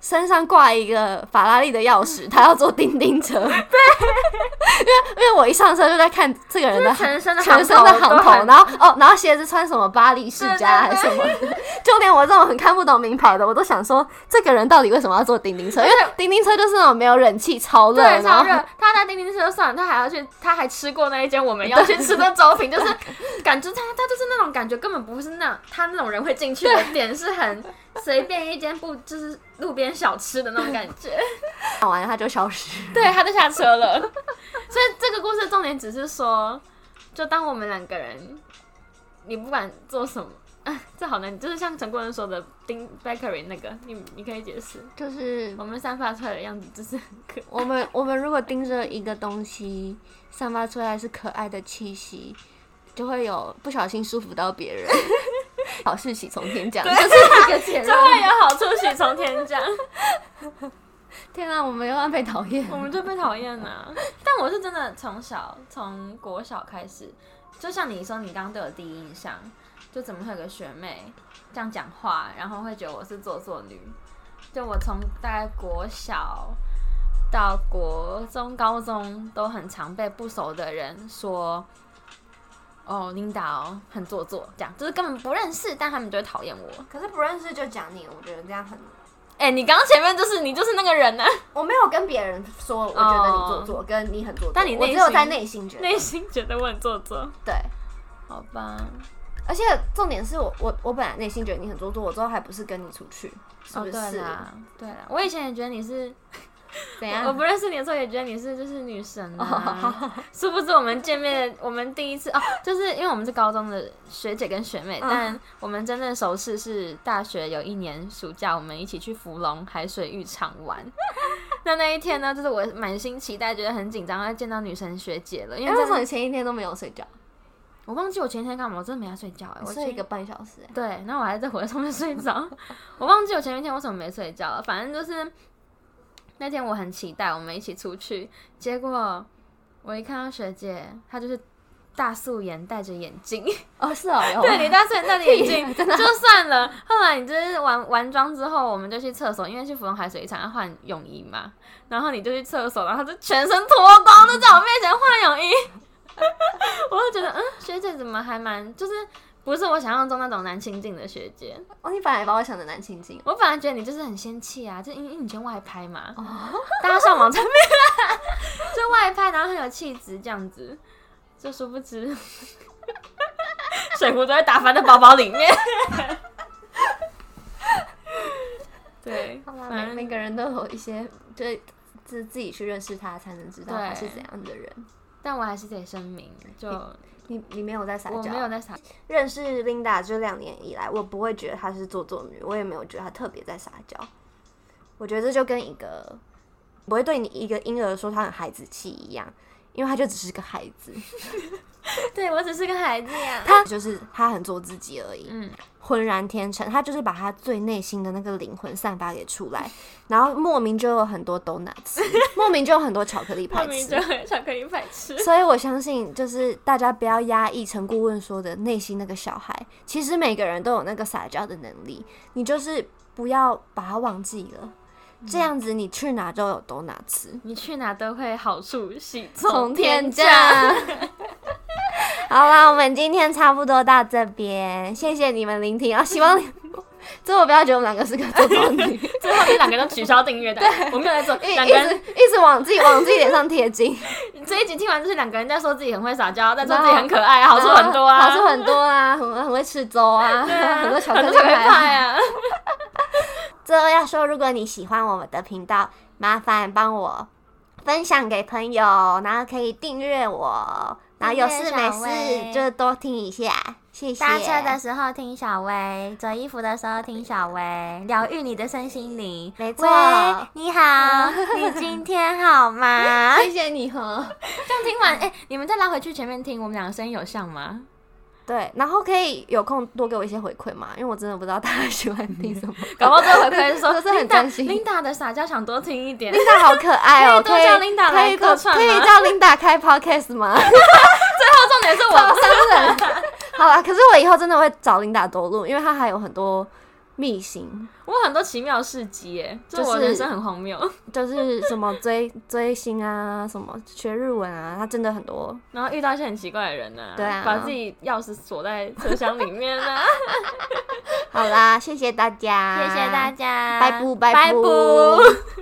身上挂一个法拉利的钥匙，他要坐叮叮车。 对，因为因为我一上车就在看这个人的
全身的
啊全身的
行头
行
都
头，
很
然后哦，然后鞋子穿什么巴黎世家还
对对对
是什么的，就连我这种很看不懂名牌的，我都想说这个人到底为什么要坐叮叮车？因为叮叮车就是那种没有冷气、超热，
对，
然
超
后
热。他在叮叮车上，他还要去，他还吃过那一间我们要去吃的粥品，就是感觉他他就是那种感觉，根本不是那他那种人会进去的点，是很随便一间不就是路边小吃的那种感觉。
讲完他就消失。
对，他就下车了。所以这个故事的重点只是说，就当我们两个人，你不管做什么。啊，这好难，就是像陈国仁说的丁 bakery 那个，你你可以解释，
就是
我们散发出来的样子就是很可
我们我们如果盯着一个东西，散发出来是可爱的气息，就会有不小心舒服到别人。 好事喜从天降，这是一个结
就
论。
会有好处喜从天降，
天啊，我们又要被讨厌。
我们就被讨厌了。但我是真的从小从国小开始，就像你说，你刚刚对我第一印象，就怎么会有个学妹这样讲话，然后会觉得我是做作女。就我从大概国小到国中、高中，都很常被不熟的人说。哦，琳达哦，很做作，这样就是根本不认识，但他们就会讨厌我。
可是不认识就讲你，我觉得这样很。
哎、你刚刚前面就是你就是那个人呢、啊
我没有跟别人说，我觉得你做作，跟哦你很做作。
但你
我
内
只
心
有在内心 觉得
内心觉得我很做作。
对。
好吧，
而且重点是我我我本来内心觉得你很做作，我之后还不是跟你出去，是不
哦对
是？
啦，对啦，我以前也觉得你是，
怎
我
样？
不认识你的时候也觉得你是就是女神啊， 殊不知我们见面，我们第一次哦，就是因为我们是高中的学姐跟学妹，
嗯
但我们真正熟识是大学有一年暑假，我们一起去芙蓉海水浴场 玩。那那一天呢，就是我满心期待，觉得很紧张，要见到女神学姐了，因
因
哎为
为为
真
什么
的
你前一天都没有睡觉？
我忘记我前一天干嘛，我真的没在睡觉、欸，我
我
前
睡一个半小时、欸
对，然后我还在火车上面睡着， 我忘记我前一天为什么没睡觉了。反正就是那天我很期待我们一起出去，结果我一看到学姐，她就是大素颜，戴着眼镜。
哦，是 哦，有
对你大素颜戴着眼
屁
镜，就算了。后来你就是完完妆之后，我们就去厕所，因为去芙蓉海水浴场要换泳衣嘛。然后你就去厕所，然后她就全身脱光，就在我面前换泳衣。 我就觉得，嗯，学姐怎么还蛮就是。不是我想象中那种男清静的学姐，
哦，你本来把我想的男清净。
我本来觉得你就是很仙气啊，就因因为你全外拍嘛，
哦
大家上网查面啦， 就外拍，然后很有气质这样子，就殊不知水壶都会打翻在包包里面。对，
好啦，
反
每
正
每个人都有一些，就是自自己去认识他，才能知道
对
他是怎样的人。
但我还是得声明，就
你你没有在撒娇，
我没有在撒，
认识 Linda 这两年以来，我不会觉得她是做作女，我也没有觉得她特别在撒娇。我觉得这就跟一个不会对你一个婴儿说她很孩子气一样，因为她就只是个孩子，
对我只是个孩子呀、
她就是她很做自己而已。
嗯，
浑然天成，他就是把他最内心的那个灵魂散发给出来，然后莫名就有很多 donuts，莫名就有很多巧克力
莫
派
名
吃
就。很巧克力派吃。
所以我相信，就是大家不要压抑陈顾问说的内心那个小孩，其实每个人都有那个撒娇的能力，你就是不要把它忘记了，这样子你去哪都有 donuts。
你去哪都会好处喜
从
从
天
天
降
降。
好啦，我们今天差不多到这边，谢谢你们聆听啊！希望最后不要觉得我们两个是个做作女，
最后这两个都取消订阅的，我没有在做。
一
两个
一直
人
一直往自己往自己脸上贴金，
这一集听完就是两个人在说自己很会撒娇，在说自己很可 爱，好处很多啊，
好处很多啊，很很会吃粥啊，很多巧克
很多
力
特别
派啊。
派啊。
最后要说，如果你喜欢我们的频道，麻烦帮我分享给朋友，然后可以订阅我，然后有事没
订阅小
事
薇
就多听一下，谢谢。
搭车的时候听小薇，折衣服的时候听小薇，疗愈你的身心灵。
没错
喂，你好，你今天好吗？
谢谢你 哦。
这样听完，哎，你们再拉回去前面听，我们两个声音有像吗？
对，然后可以有空多给我一些回馈嘛，因为我真的不知道大家喜欢听什么。
搞不好最后回 馈是说
真的很担心
Linda Linda 的撒娇想多听一点。
Linda 好可爱哦，
可以多
可以
叫 Linda
可以
来
多
客串
可以
吗
叫 Linda 开 podcast 吗？
最后重点是我，
真的，好啦，可是我以后真的会找 Linda 多录，因为她还有很多秘辛，
我很多奇妙事迹耶，就
就是
我人生很荒谬。
就是什么追追星啊，什么学日文啊，她真的很多。
然后遇到一些很奇怪的人呢、
对啊
把自己钥匙锁在车厢里面呢、
好啦，谢谢大家，
谢谢大，家，
拜拜拜
拜
拜
拜。